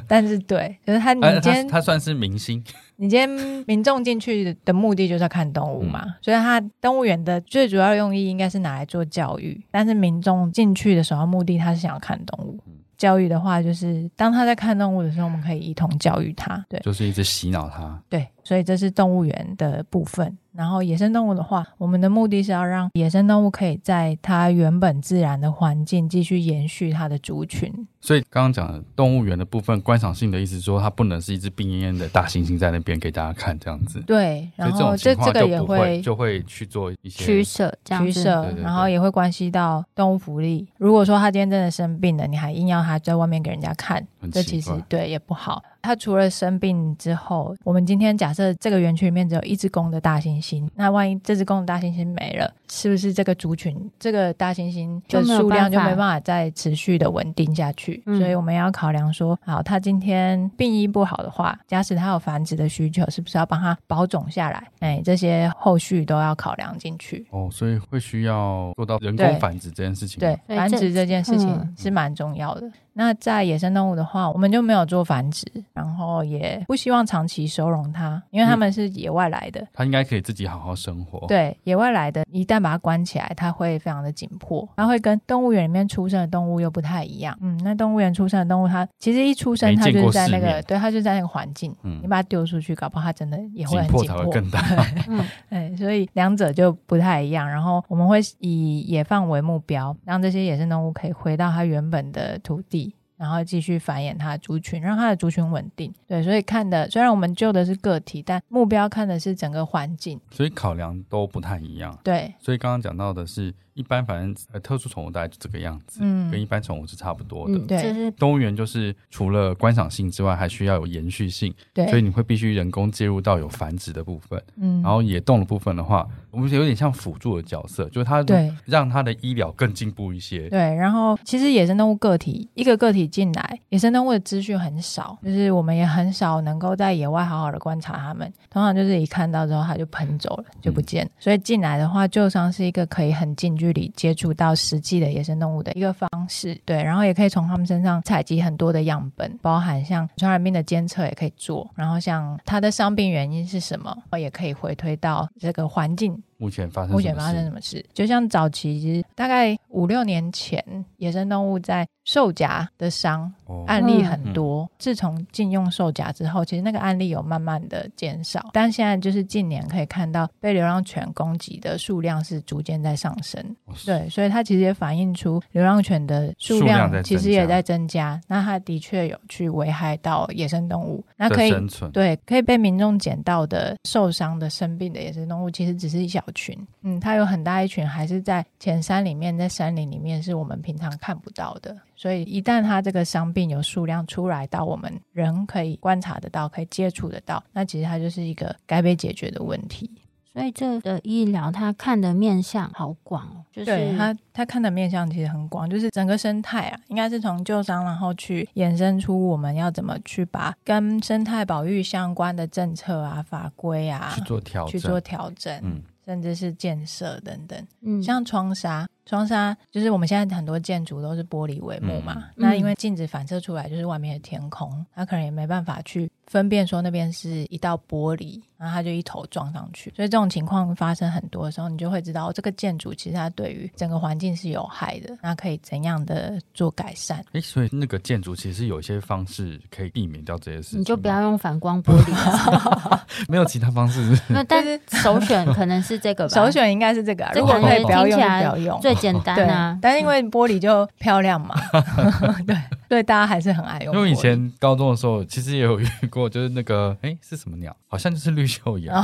S3: 但是对，就是嗯它你
S2: 哎，
S3: 今
S2: 它
S3: 天
S2: 它算是明星，
S3: 你今天民众进去的目的就是要看动物
S2: 嗯
S3: 嘛，所以它动物园的最主要用意应该是拿来做教育，但是民众进去的首要目的他是想要看动物
S2: 嗯。
S3: 教育的话，就是当他在看动物的时候，我们可以一同教育他。对
S2: 就是一直洗脑它。
S3: 对，所以这是动物园的部分。然后野生动物的话，我们的目的是要让野生动物可以在它原本自然的环境继续延续它的族群。
S2: 所以刚刚讲的动物园的部分，观赏性的意思说，它不能是一只病恹恹的大猩猩在那边给大家看这样子。
S3: 对，
S2: 所以
S3: 然
S2: 种
S3: 后这
S2: 情
S3: 这
S2: 况
S3: 个
S2: 就
S3: 也
S2: 不
S3: 会
S2: 会就会去做一些
S1: 取舍这样
S3: 取
S1: 子，
S3: 舍
S2: 对对，对
S3: 然后也会关系到动物福利。如果说它今天真的生病了，你还硬要它在外面给人家看，
S2: 很
S3: 这
S2: 奇
S3: 其实
S2: 怪
S3: 对也不好。它除了生病之后，我们今天假设这个园区里面只有一只公的大猩猩，那万一这只公的大猩猩没了，是不是这个族群这个大猩猩
S1: 就
S3: 的
S1: 没有
S3: 数量就
S1: 办法
S3: 没办法再持续的稳定下去？
S1: 嗯
S3: 所以我们要考量说，好，它今天病医不好的话，假使它有繁殖的需求，是不是要帮它保种下来？哎，这些后续都要考量进去。
S2: 哦，所以会需要做到人
S3: 对
S2: 工繁殖这件事情。
S3: 对，，
S1: 所以
S3: 繁
S1: 这
S3: 殖这件事情
S1: 嗯
S3: 是蛮重要的。那在野生动物的话，我们就没有做繁殖，然后也不希望长期收容它，因为它们是野外来的。
S2: 它应该可以自己好好生活。，
S3: 对，野外来的，一旦把它关起来，它会非常的紧迫，它会跟动物园里面出生的动物又不太一样。嗯，那动物园出生的动物，它其实一出生
S2: 没
S3: 它
S2: 见
S3: 就是
S2: 过
S3: 在
S2: 世
S3: 那个，
S2: 面
S3: 对，它就在那个环境。你
S2: 嗯，
S3: 把它丢出去，搞不好它真的也会很
S2: 迫
S3: 紧
S2: 才
S3: 迫。
S2: 会更大。
S1: 嗯，
S3: 哎，所以两者就不太一样。然后我们会以野放为目标，让这些野生动物可以回到它原本的土地，然后继续繁衍它的族群，让它的族群稳定。对，所以看的虽然我们救的是个体，但目标看的是整个环境。
S2: 所以考量都不太一样。
S3: 对，
S2: 所以刚刚讲到的是，一般反正呃特殊宠物大概就这个样子，
S3: 嗯
S2: 跟一般宠物是差不多的。
S1: 嗯，
S3: 对
S1: 就是
S2: 动物园就是除了观赏性之外，还需要有延续性，所以
S3: 对，
S2: 你会必须人工介入到有繁殖的部分，
S3: 嗯
S2: 然后野动的部分的话，我们有点像辅助的角色，就是它
S3: 对
S2: 让它的医疗更进步一些。
S3: 对，然后其实野生动物个体一个个体进来，野生动物的资讯很少，就是我们也很少能够在野外好好的观察它们。通常就是一看到之后它就喷走了，就不见了。所以进来的话，救伤是一个可以很近距离接触到实际的野生动物的一个方式。对，然后也可以从它们身上采集很多的样本，包含像传染病的监测也可以做，然后像它的伤病原因是什么，也可以回推到这个环境
S2: 目前发生
S3: 目
S2: 什
S3: 前
S2: 么
S3: 发生
S2: 事
S3: 什么事？就像早期其实大概五六年前，野生动物在兽夹的伤
S2: 哦
S3: 案例很多。自从禁用兽夹之后，其实那个案例有慢慢的减少，但现在就是近年可以看到被流浪犬攻击的数量是逐渐在上升。
S2: 哦是
S3: 对，所以它其实也反映出流浪犬的数
S2: 数量在
S3: 量其实
S2: 增
S3: 也
S2: 加
S3: 在增加。那它的确有去危害到野生动物，那
S2: 的
S3: 可以
S2: 生存。
S3: 对，可以被民众捡到的受伤的、生病的野生动物，其实只是一小群。嗯，它有很大一群还是在浅山里面，在山林里面，是我们平常看不到的。所以一旦它这个伤病有数量出来到我们人可以观察得到、可以接触得到，那其实它就是一个该被解决的问题。
S1: 所以这个医疗它看的面向好广哦，就是
S3: 对它，它看的面向其实很广，就是整个生态啊，应该是从旧伤，然后去衍生出我们要怎么去把跟生态保育相关的政策啊、法规啊
S2: 去做调
S3: 去
S2: 整，
S3: 做调整，
S2: 嗯，
S3: 甚至是建设等等。
S1: 嗯
S3: 像窗纱，窗纱就是我们现在很多建筑都是玻璃帷幕嘛，
S2: 嗯
S3: 那因为镜子反射出来就是外面的天空，它可能也没办法去分辨说那边是一道玻璃，然后它就一头撞上去。所以这种情况发生很多的时候，你就会知道哦这个建筑其实它对于整个环境是有害的，那可以怎样的做改善？
S2: 哎，所以那个建筑其实有一些方式可以避免掉这些事情，
S1: 你就不要用反光玻 璃，
S2: 没有其他方式，是不是
S1: 那但是首选可能是这个吧，
S3: 首选应该是这个、啊，
S1: 这
S3: 如果
S1: 感
S3: 可以
S1: 觉
S3: 不要
S1: 听
S3: 用
S1: 起
S3: 就
S1: 来
S3: 不要用，
S1: 最简
S3: 对
S1: 单啊，
S3: 但因为玻璃就漂 亮嘛， 对，所以大家还是很爱用玻璃。
S2: 因为以前高中的时候，其实也有遇过，就是那个哎、诶是什么鸟？好像就是绿袖眼，
S3: 哦，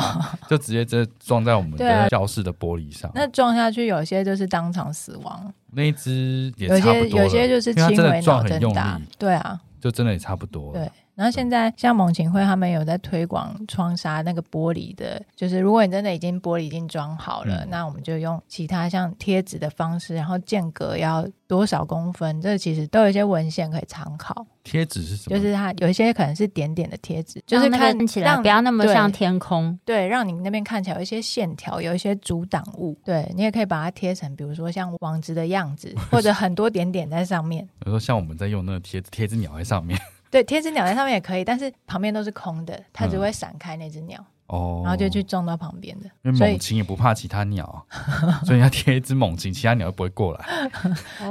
S2: 就直接这撞在我们
S3: 对啊
S2: 的教室的玻璃上。
S3: 那撞下去有些就是当场死亡，
S2: 那一只也
S3: 有
S2: 差不
S3: 些
S2: 多了，
S3: 有些就是
S2: 因为它
S3: 轻
S2: 真
S3: 微
S2: 的
S3: 脑
S2: 撞很
S3: 震
S2: 用
S3: 荡
S2: 力，，
S3: 对啊，
S2: 就真的也差不多了
S3: 对。。然后现在像猛禽会他们有在推广窗纱那个玻璃的，就是如果你真的已经玻璃已经装好了，
S2: 嗯
S3: 那我们就用其他像贴纸的方式，然后间隔要多少公分，这其实都有一些文献可以参考。
S2: 贴纸是什么？
S3: 就是它有一些可能是点点的贴纸，就是
S1: 让那个
S3: 看
S1: 看起来
S3: 让
S1: 不要那么
S3: 对
S1: 像天空，
S3: 对，让你那边看起来有一些线条，有一些阻挡物。对你也可以把它贴成，比如说像网子的样子，或者很多点点在上面。
S2: 我说像我们在用那个贴纸，贴只鸟在上面，
S3: 对，贴只鸟在上面也可以，但是旁边都是空的，它只会闪开那只鸟。
S2: 嗯哦，
S3: 然后就去撞到旁边的，
S2: 因为
S3: 所以
S2: 猛禽也不怕其他鸟， 所以要贴一只猛禽，其他鸟又不会过来，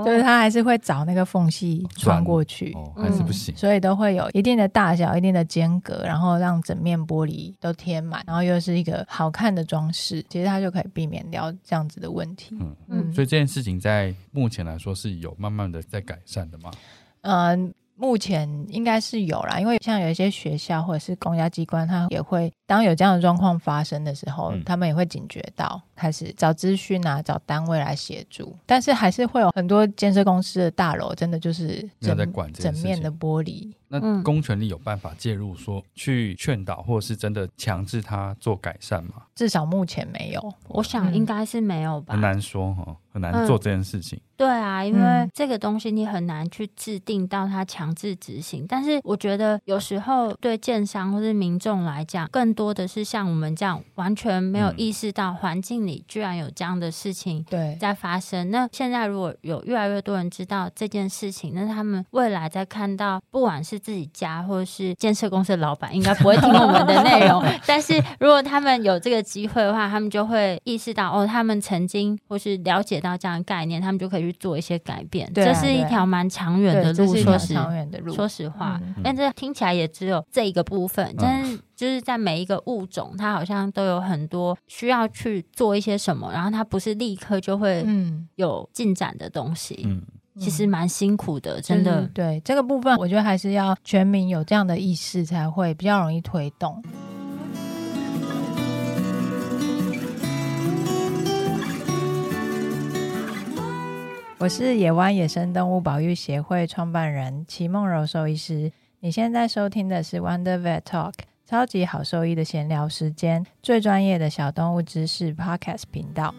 S3: 就是它还是会找那个缝隙
S2: 钻
S3: 穿过去。
S2: 哦，还是不行。
S3: 所以都会有一定的大小、一定的间隔，然后让整面玻璃都贴满，然后又是一个好看的装饰，其实它就可以避免掉这样子的问题。
S2: 嗯
S3: 嗯
S2: 所以这件事情在目前来说是有慢慢的在改善的嘛？
S3: 嗯，目前应该是有啦，因为像有一些学校或者是公家机关，它也会当有这样的状况发生的时候，
S2: 嗯
S3: 他们也会警觉到，开始找资讯啊，找单位来协助。但是还是会有很多建设公司的大楼，真的就是
S2: 没有
S3: 整
S2: 在管这件
S3: 整
S2: 事
S3: 面的
S2: 情。
S3: 玻璃。
S2: 那
S1: 嗯
S2: 公权力有办法介入说去劝导，或者是真的强制他做改善吗？
S3: 至少目前没有，
S1: 我想应该是没有吧
S3: 啊
S2: 很。难说哈，很难
S1: 嗯
S2: 做这件事情。
S1: 对啊，因为
S3: 嗯
S1: 这个东西你很难去制定到它强制执行。但是我觉得有时候对建商或是民众来讲，更多的是像我们这样完全没有
S2: 嗯
S1: 意识到环境里居然有这样的事情
S3: 对，
S1: 在发生。那现在如果有越来越多人知道这件事情，那他们未来在看到不管是自己家或是建设公司的老板，应该不会听我们的内 容。但是如果他们有这个机会的话，他们就会意识到哦，他们曾经或是了解到这样的概念，他们就可以去做一些改变。
S3: 对啊
S1: 这是一条蛮长远
S3: 对
S1: 的
S3: 这
S1: 路，
S3: 是一
S1: 说
S3: 条
S1: 实
S3: 长远的路。
S1: 说实话。
S3: 嗯
S1: 但这听起来也只有这一个部分
S2: 嗯，
S1: 但是就是在每一个物种，它好像都有很多需要去做一些什么，然后它不是立刻就会
S3: 嗯，
S1: 有进展的东西，
S2: 嗯，
S1: 其实蛮辛苦的，
S3: 就
S1: 真
S3: 是
S1: 的。
S3: 对这个部分，我觉得还是要全民有这样的意识，才会比较容易推动。我是野湾野生动物保育协会创办人齐梦柔兽医师。你现在收听的是 Wonder Vet Talk，超级好兽医的闲聊时间，最专业的小动物知识 Podcast 频道。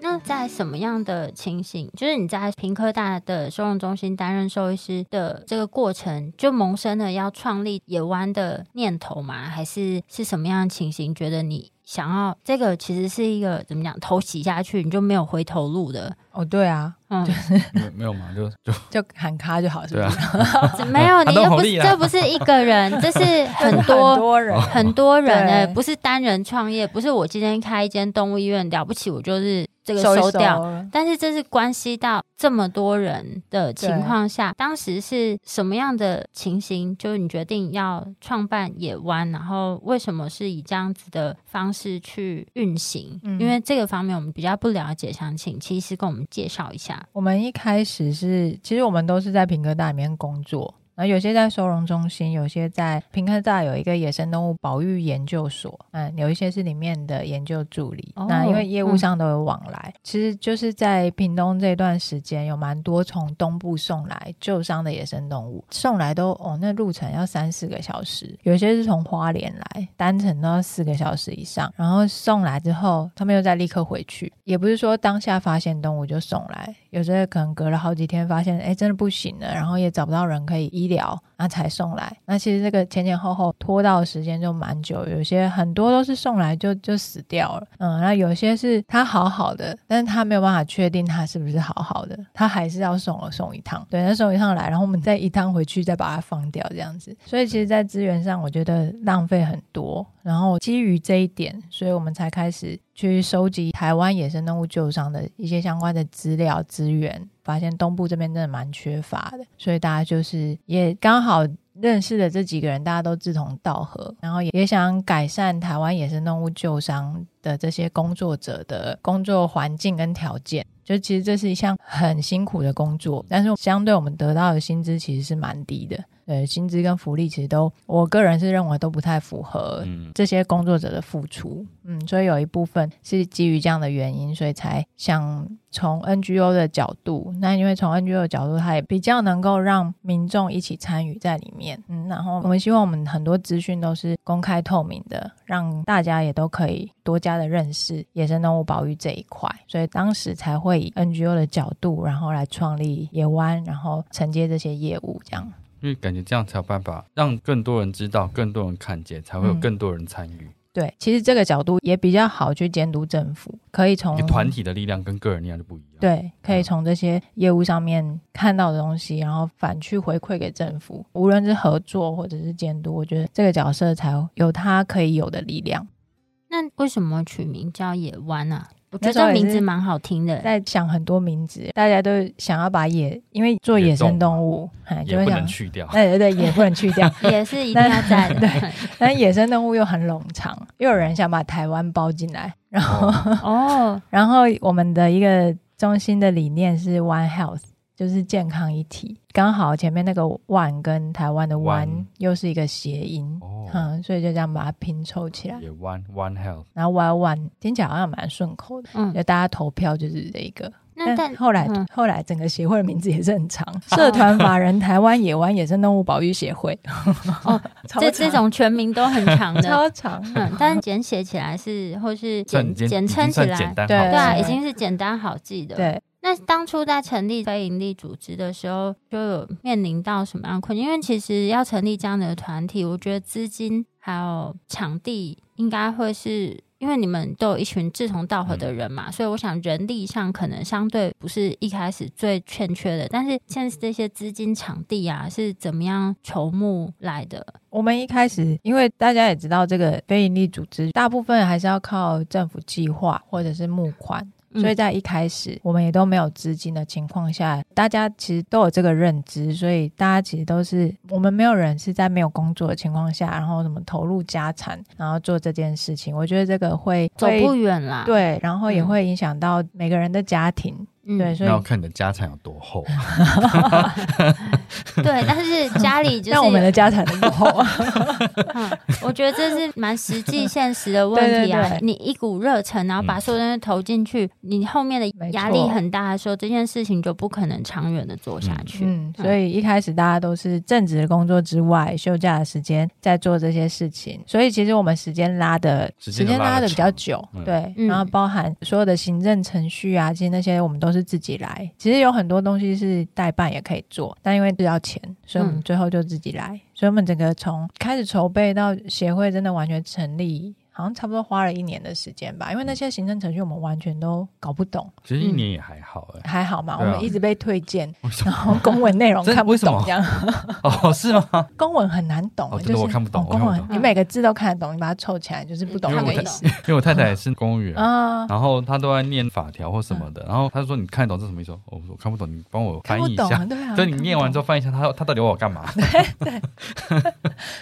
S1: 那在什么样的情形，就是你在平科大的收容中心担任兽医师的这个过程，就萌生了要创立野湾的念头吗？还是是什么样的情形，觉得你想要这个其实是一个怎么讲，头洗下去你就没有回头路的？
S3: 哦，对啊，
S1: 嗯，
S2: 没有没有嘛，就就
S3: 就喊咖就好，是不
S2: 对
S3: 是？
S2: 啊，
S1: 没有，
S2: 他
S1: 你
S2: 都
S1: 又
S2: 红
S1: 不是
S2: 利啦
S1: 这不是一个人，这 是很
S3: 很
S1: 多
S3: 多人
S2: 哦
S3: 哦
S1: 很多人
S3: 对
S1: 哎、不是单人创业，不是我今天开一间动物医院了不起，我就是这个
S3: 收
S1: 收
S3: 一
S1: 掉。
S3: 收
S1: 但是这是关系到这么多人的情况下，当时是什么样的情形？就是你决定要创办野湾，然后为什么是以这样子的方式去运行？
S3: 嗯
S1: 因为这个方面我们比较不了解，想请其实跟我们介绍一下。
S3: 我们一开始是，其实我们都是在平科大里面工作，然后有些在收容中心，有些在平科大有一个野生动物保育研究所，嗯，有一些是里面的研究助理。
S1: 哦
S3: 那因为业务上都有往来，其实就是在屏东这段时间，有蛮多从东部送来旧伤的野生动物，送来都哦，那路程要三四个小时，有些是从花莲来，单程都要四个小时以上，然后送来之后，他们又再立刻回去，也不是说当下发现动物就送来，有些可能隔了好几天发现，哎，真的不行了，然后也找不到人可以医疗，那才送来。那其实这个前前后后拖到的时间就蛮久，有些很多都是送来就就死掉了，嗯，那有些是他好好的，但是他没有办法确定他是不是好好的，他还是要送了送一趟，对，那送一趟来，然后我们再一趟回去再把它放掉这样子。所以其实，在资源上，我觉得浪费很多。然后基于这一点，所以我们才开始去收集台湾野生动物救伤的一些相关的资料资源，发现东部这边真的蛮缺乏的，所以大家就是也刚好。认识的这几个人，大家都志同道合，然后也也想改善台湾野生动物救伤的这些工作者的工作环境跟条件。就其实这是一项很辛苦的工作，但是相对我们得到的薪资其实是蛮低的。呃，薪资跟福利其实都，我个人是认为都不太符合
S2: 嗯，
S3: 这些工作者的付出，嗯，所以有一部分是基于这样的原因，所以才想从 NGO 的角度，那因为从 NGO 的角度，它也比较能够让民众一起参与在里面，嗯，然后我们希望我们很多资讯都是公开透明的，让大家也都可以多加的认识野生动物保育这一块，所以当时才会以 NGO 的角度，然后来创立野湾，然后承接这些业务，这样，
S2: 因为感觉这样才有办法让更多人知道，更多人看见，才会有
S3: 嗯
S2: 更多人参与。
S3: 对，其实这个角度也比较好去监督政府，可以从
S2: 一个团体的力量跟个人力量就不一样。，
S3: 哦对，可以
S2: 嗯
S3: 从这些业务上面看到的东西，然后反去回馈给政府，无论是合作或者是监督，我觉得这个角色才有他可以有的力量。
S1: 那为什么取名叫野湾啊？我觉得
S3: 那时候
S1: 这
S3: 也是
S1: 名字蛮好听的、
S3: 在想很多名字，大家都想要把野，因为做野生动物，哎，就
S2: 也
S3: 会
S2: 不
S3: 想
S2: 能，去掉。
S3: 哎对对，也不能去 掉，
S1: 也是一定要在的。
S3: 但野生动物又很冗长，又有人想把台湾包进来，然后、
S1: 哦，
S3: 然后我们的一个中心的理念是 One Health，就是健康一体。刚好前面那个 One 跟台湾的
S2: 湾
S3: One 又是一个谐音，
S2: 哦，
S3: 嗯，所以就这样把它拼凑起来。
S2: 也 One One Health
S3: 然后 One One 听起来好像蛮顺口的，
S1: 嗯
S3: 就，大家投票就是这一个。
S1: 那但
S3: 后来、
S1: 嗯
S3: 后来整个协会的名字也是 很长，社团法人台湾野湾野生动物保育协会。
S1: 哦，
S3: 超
S1: 这
S3: 长
S1: 这种全名都很长的，
S3: 超长，
S1: 嗯，但简写起来是或是
S2: 算
S1: 简
S2: 已经
S1: 简
S2: 已
S1: 称
S2: 经
S1: 起
S2: 算
S1: 来
S2: 简，单好
S3: 对
S1: 对啊，
S2: 了
S1: 已经是简单好记的。，
S3: 对。
S1: 那当初在成立非营利组织的时候，就有面临到什么样的困境？因为其实要成立这样的团体，我觉得资金还有场地应该会是。因为你们都有一群志同道合
S3: 嗯
S1: 的人嘛，所以我想人力上可能相对不是一开始最欠缺的，但是现在这些资金、场地啊是怎么样筹募来的？
S3: 我们一开始，因为大家也知道，这个非营利组织大部分还是要靠政府计划或者是募款，
S1: 嗯
S3: 所以在一开始我们也都没有资金的情况下，大家其实都有这个认知，所以大家其实都是我们没有人是在没有工作的情况下，然后什么投入家产，然后做这件事情，我觉得这个会
S1: 走
S3: 会
S1: 不远啦。，
S3: 对，然后也
S1: 嗯
S3: 会影响到每个人的家庭，
S1: 嗯
S3: 对，所
S2: 那要
S3: 以。
S2: 看你的家产有多厚。啊
S1: 对，但是家 里就是
S3: 那我们的家产的不啊厚，
S1: 嗯，我觉得这是蛮实际 现实的问题啊。
S3: 对对对嗯
S1: 你一股热忱，然后把
S2: 嗯
S1: 所有东西投进去，你后面的
S3: 没
S1: 压力
S3: 错
S1: 很大的时候，这件事情就不可能长远的做下去。
S3: 嗯，所以一开始大家都是正职的工作之外，休假的时间在做这些事情，所以其实我们时间拉的
S2: 时间都拉得
S3: 拉的比较
S2: 长
S3: 久，
S2: 嗯
S3: 对，
S1: 嗯
S3: 然后包含所有的行政程序啊，其实那些我们都是自己来。其实有很多东西是代办也可以做，但因为这要钱，所以我们
S1: 嗯
S3: 最后就自己来。所以我们整个从开始筹备到协会真的完全成立。好像差不多花了一年的时间吧，因为
S2: 嗯
S3: 那些行政程序我们完全都搞不懂，
S2: 其实一年也还好哎、
S3: 还好嘛，我
S2: 对啊
S3: 们一直被推荐，
S2: 为什
S3: 然
S2: 么？
S3: 后公文内容
S2: 真
S3: 看不
S2: 为什
S3: 懂
S2: 么
S3: 这样，
S2: 哦，是吗？
S3: 公文很难懂，
S2: 哦真的
S3: 就
S2: 我
S3: 是
S2: 看不懂
S3: 哦
S2: 我
S3: 公
S2: 看不
S3: 文
S2: 懂嗯
S3: 你每个字都看得懂，你把它凑起来就是不懂
S2: 因为
S3: 那
S2: 我
S3: 个意
S2: 在
S3: 思
S2: 因为我太太也是公务员，
S3: 啊。
S2: 然后她都在念法条或什么
S3: 嗯
S2: 的，然后她就说你看得懂这什么意思？哦我说我看不懂，你帮我
S3: 看
S2: 翻
S3: 不
S2: 译一
S3: 懂啊，
S2: 下。
S3: 对 啊。
S2: 所以
S3: 看
S2: 你
S3: 不
S2: 念完之
S3: 懂，
S2: 后翻译一下，她她到底要我干嘛？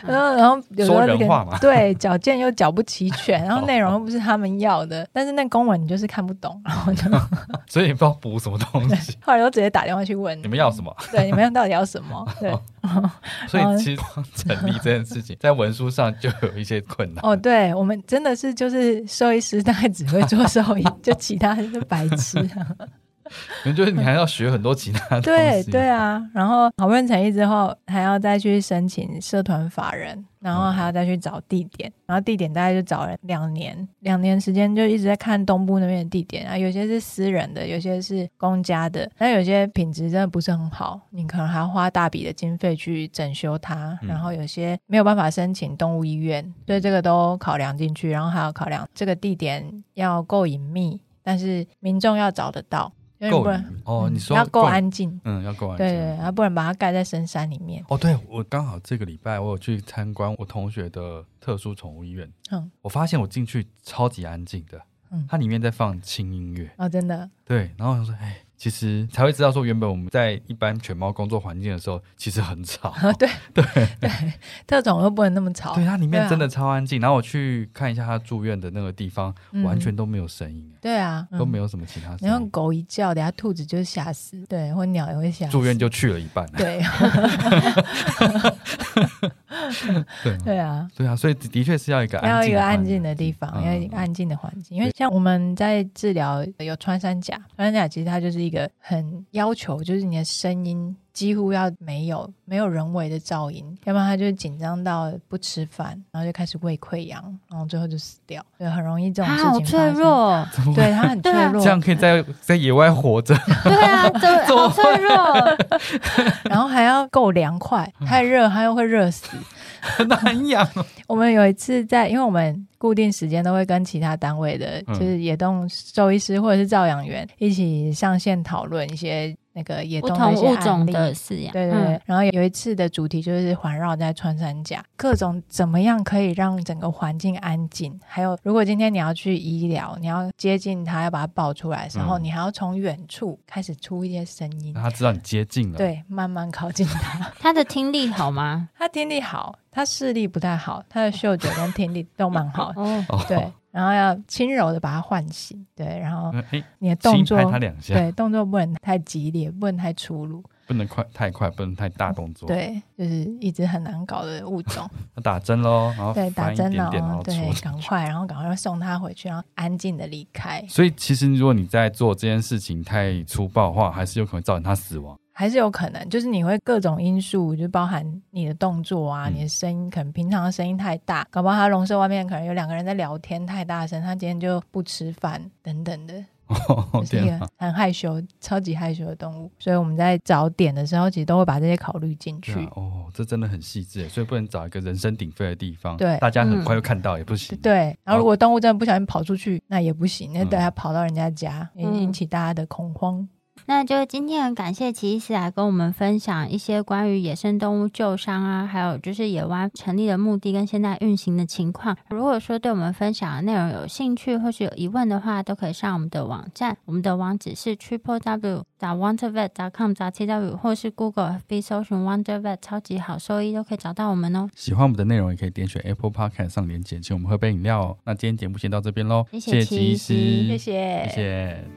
S3: 然后然后有时候
S2: 说
S3: 这
S2: 人话
S3: 个
S2: 嘛
S3: 对矫健又矫不齐 全，然后内容
S2: 哦
S3: 又不是他们要的，但是那公文你就是看不懂，然后 就
S2: 所以你不知道补什么东 西，
S3: 后来就直接打电话去问
S2: 你们要什么？
S3: 对你们到底要什么？ 对
S2: 所
S3: 哦
S2: 以其实光成立这件事 情，在文书上就有一些困难。
S3: 哦，对我们真的是就是兽医师大概只会做兽医，就其他是白痴。
S2: 可能就是你还要学很多其他东
S3: 对
S2: 西。
S3: 对啊，然后好不容易成立之后，还要再去申请社团法人，然后
S2: 嗯
S3: 还要再去找地点，然后地点大概就找了两年，两年时间就一直在看东部那边的地点啊，有些是私人的，有些是公家的，但有些品质真的不是很好，你可能还要花大笔的经费去整修它，
S2: 嗯
S3: 然后有些没有办法申请动物医院，所以这个都考量进去，然后还要考量这个地点要够隐秘，但是民众要找得到。因为你
S2: 够
S3: 不能
S2: 哦，
S3: 嗯
S2: 你说
S3: 要够，安静，
S2: 嗯，要够安
S3: 对
S2: 全
S3: 对，啊，不然把它盖在深山里面。
S2: 哦，对我刚好这个礼拜我有去参观我同学的特殊宠物医院，
S3: 嗯，
S2: 我发现我进去超级安静的，
S3: 嗯
S2: 它里面在放轻音乐，
S3: 哦，真的，
S2: 对，然后我想说，哎，其实才会知道说，原本我们在一般犬猫工作环境的时候，其实很吵，
S3: 对对对，特种又不能那么吵
S2: 对，，它里
S3: 对
S2: 面
S3: 啊
S2: 真的超安静。然后我去看一下它住院的那个地方，
S3: 嗯
S2: 完全都没有声音，
S3: 对啊，
S2: 哎都没
S3: 有。
S2: 有什么其他
S3: 你
S2: 声
S3: 用
S2: 音，
S3: 狗一叫，等下兔子就吓死，对，或鸟也会吓死。
S2: 住院就去了一半，啊
S3: 对
S2: 对
S3: 对啊，
S2: 对啊，所以的的确是要一个
S3: 要
S2: 安
S3: 一
S2: 静
S3: 个
S2: 环
S3: 安
S2: 境
S3: 静的地方，要一个
S2: 嗯
S3: 安静的环境。因为像我们在治疗有穿山甲，穿山甲其实它就是一个很要求，就是你的声音几乎要没有没有人为的噪音，要不然它就紧张到不吃饭，然后就开始胃溃疡，然后最后就死掉，对，很容易嗯这
S1: 他
S3: 种事情
S1: 啊好
S3: 发
S1: 脆
S3: 生。
S1: 弱 哦，
S2: 怎么会
S3: 对它很 脆
S1: 对啊
S3: 弱
S2: 这，样可以在在野外活着，
S1: 对啊，怎么好 脆弱哦？
S2: 嗯
S3: 然后还要够凉快，太热它又会热死。
S2: 很难养哦。
S3: 我们有一次在，因为我们固定时间都会跟其他单位的，
S2: 嗯
S3: 就是野动兽医师或者是照养员一起上线讨论一些那个野
S1: 不
S3: 动的
S1: 同
S3: 一些
S1: 物
S3: 案
S1: 种
S3: 例。
S1: 的嗯饲养，
S3: 对对对，然后有一次的主题就是环绕在穿山甲，各种怎么样可以让整个环境安静，还有如果今天你要去医疗，你要接近它，要把它抱出来的时候，
S2: 嗯
S3: 你还要从远处开始出一些声音
S2: 那，他知道你接近了，，
S3: 对，慢慢靠近它。
S1: 嗯，它的听力好吗？
S3: 他听力好，他视力不太好，他的嗅觉跟听力都蛮好的，
S1: 哦，
S2: 哦，
S3: 对。然后要轻柔的把他唤醒，对。然后
S2: 嗯，哎，
S3: 你的动
S2: 轻
S3: 作
S2: 拍，他两下，
S3: 对，动作不能太激烈，不能太粗鲁，
S2: 不能快太快，不能太大动作，，
S3: 对，就是一直很难搞的物 种，
S2: 他打针喽，然后
S3: 对，打
S2: 翻一
S3: 针啊
S2: 点点，然后
S3: 对，
S2: 戳
S3: 赶快，然后赶快送他回去，然后安静的离开。
S2: 所以其实如果你在做这件事情太粗暴的话，还是有可能造成他死亡。
S3: 还是有可能，就是你会各种因素，就包含你的动作啊，
S2: 嗯
S3: 你的声音，可能平常的声音太大，搞不好他笼舍外面可能有两个人在聊天太大声，他今天就不吃饭等等的，
S2: 哦
S3: 就是一
S2: 天啊
S3: 个！很害羞、超级害羞的动物。所以我们在找点的时候，其实都会把这些考虑进去
S2: 对。啊哦，这真的很细致耶，所以不能找一个人声鼎沸的地方，
S3: 对嗯
S2: 大家很快就看到也不行。
S3: 对，然后如果动物真的不小心跑出去，那也不行，那
S2: 嗯
S3: 等它跑到人家家，引
S1: 嗯
S3: 引起大家的恐慌。
S1: 那就今天很感谢奇医师来跟我们分享一些关于野生动物救伤啊，还有就是野湾成立的目的跟现在运行的情况。如果说对我们分享的内容有兴趣或是有疑问的话，都可以上我们的网站，我们的网址是 triple w wondervet com t w 或是 Google FB 搜寻 wondervet 超级好兽医都可以找到我们哦。
S2: 喜欢我们的内容，也可以点选 Apple Podcast 上连接，请我们喝杯饮料哦。那今天节目先到这边喽，
S1: 谢谢
S2: 吉
S1: 齐
S2: 医
S1: 医
S2: 师，
S3: 谢谢
S2: 谢谢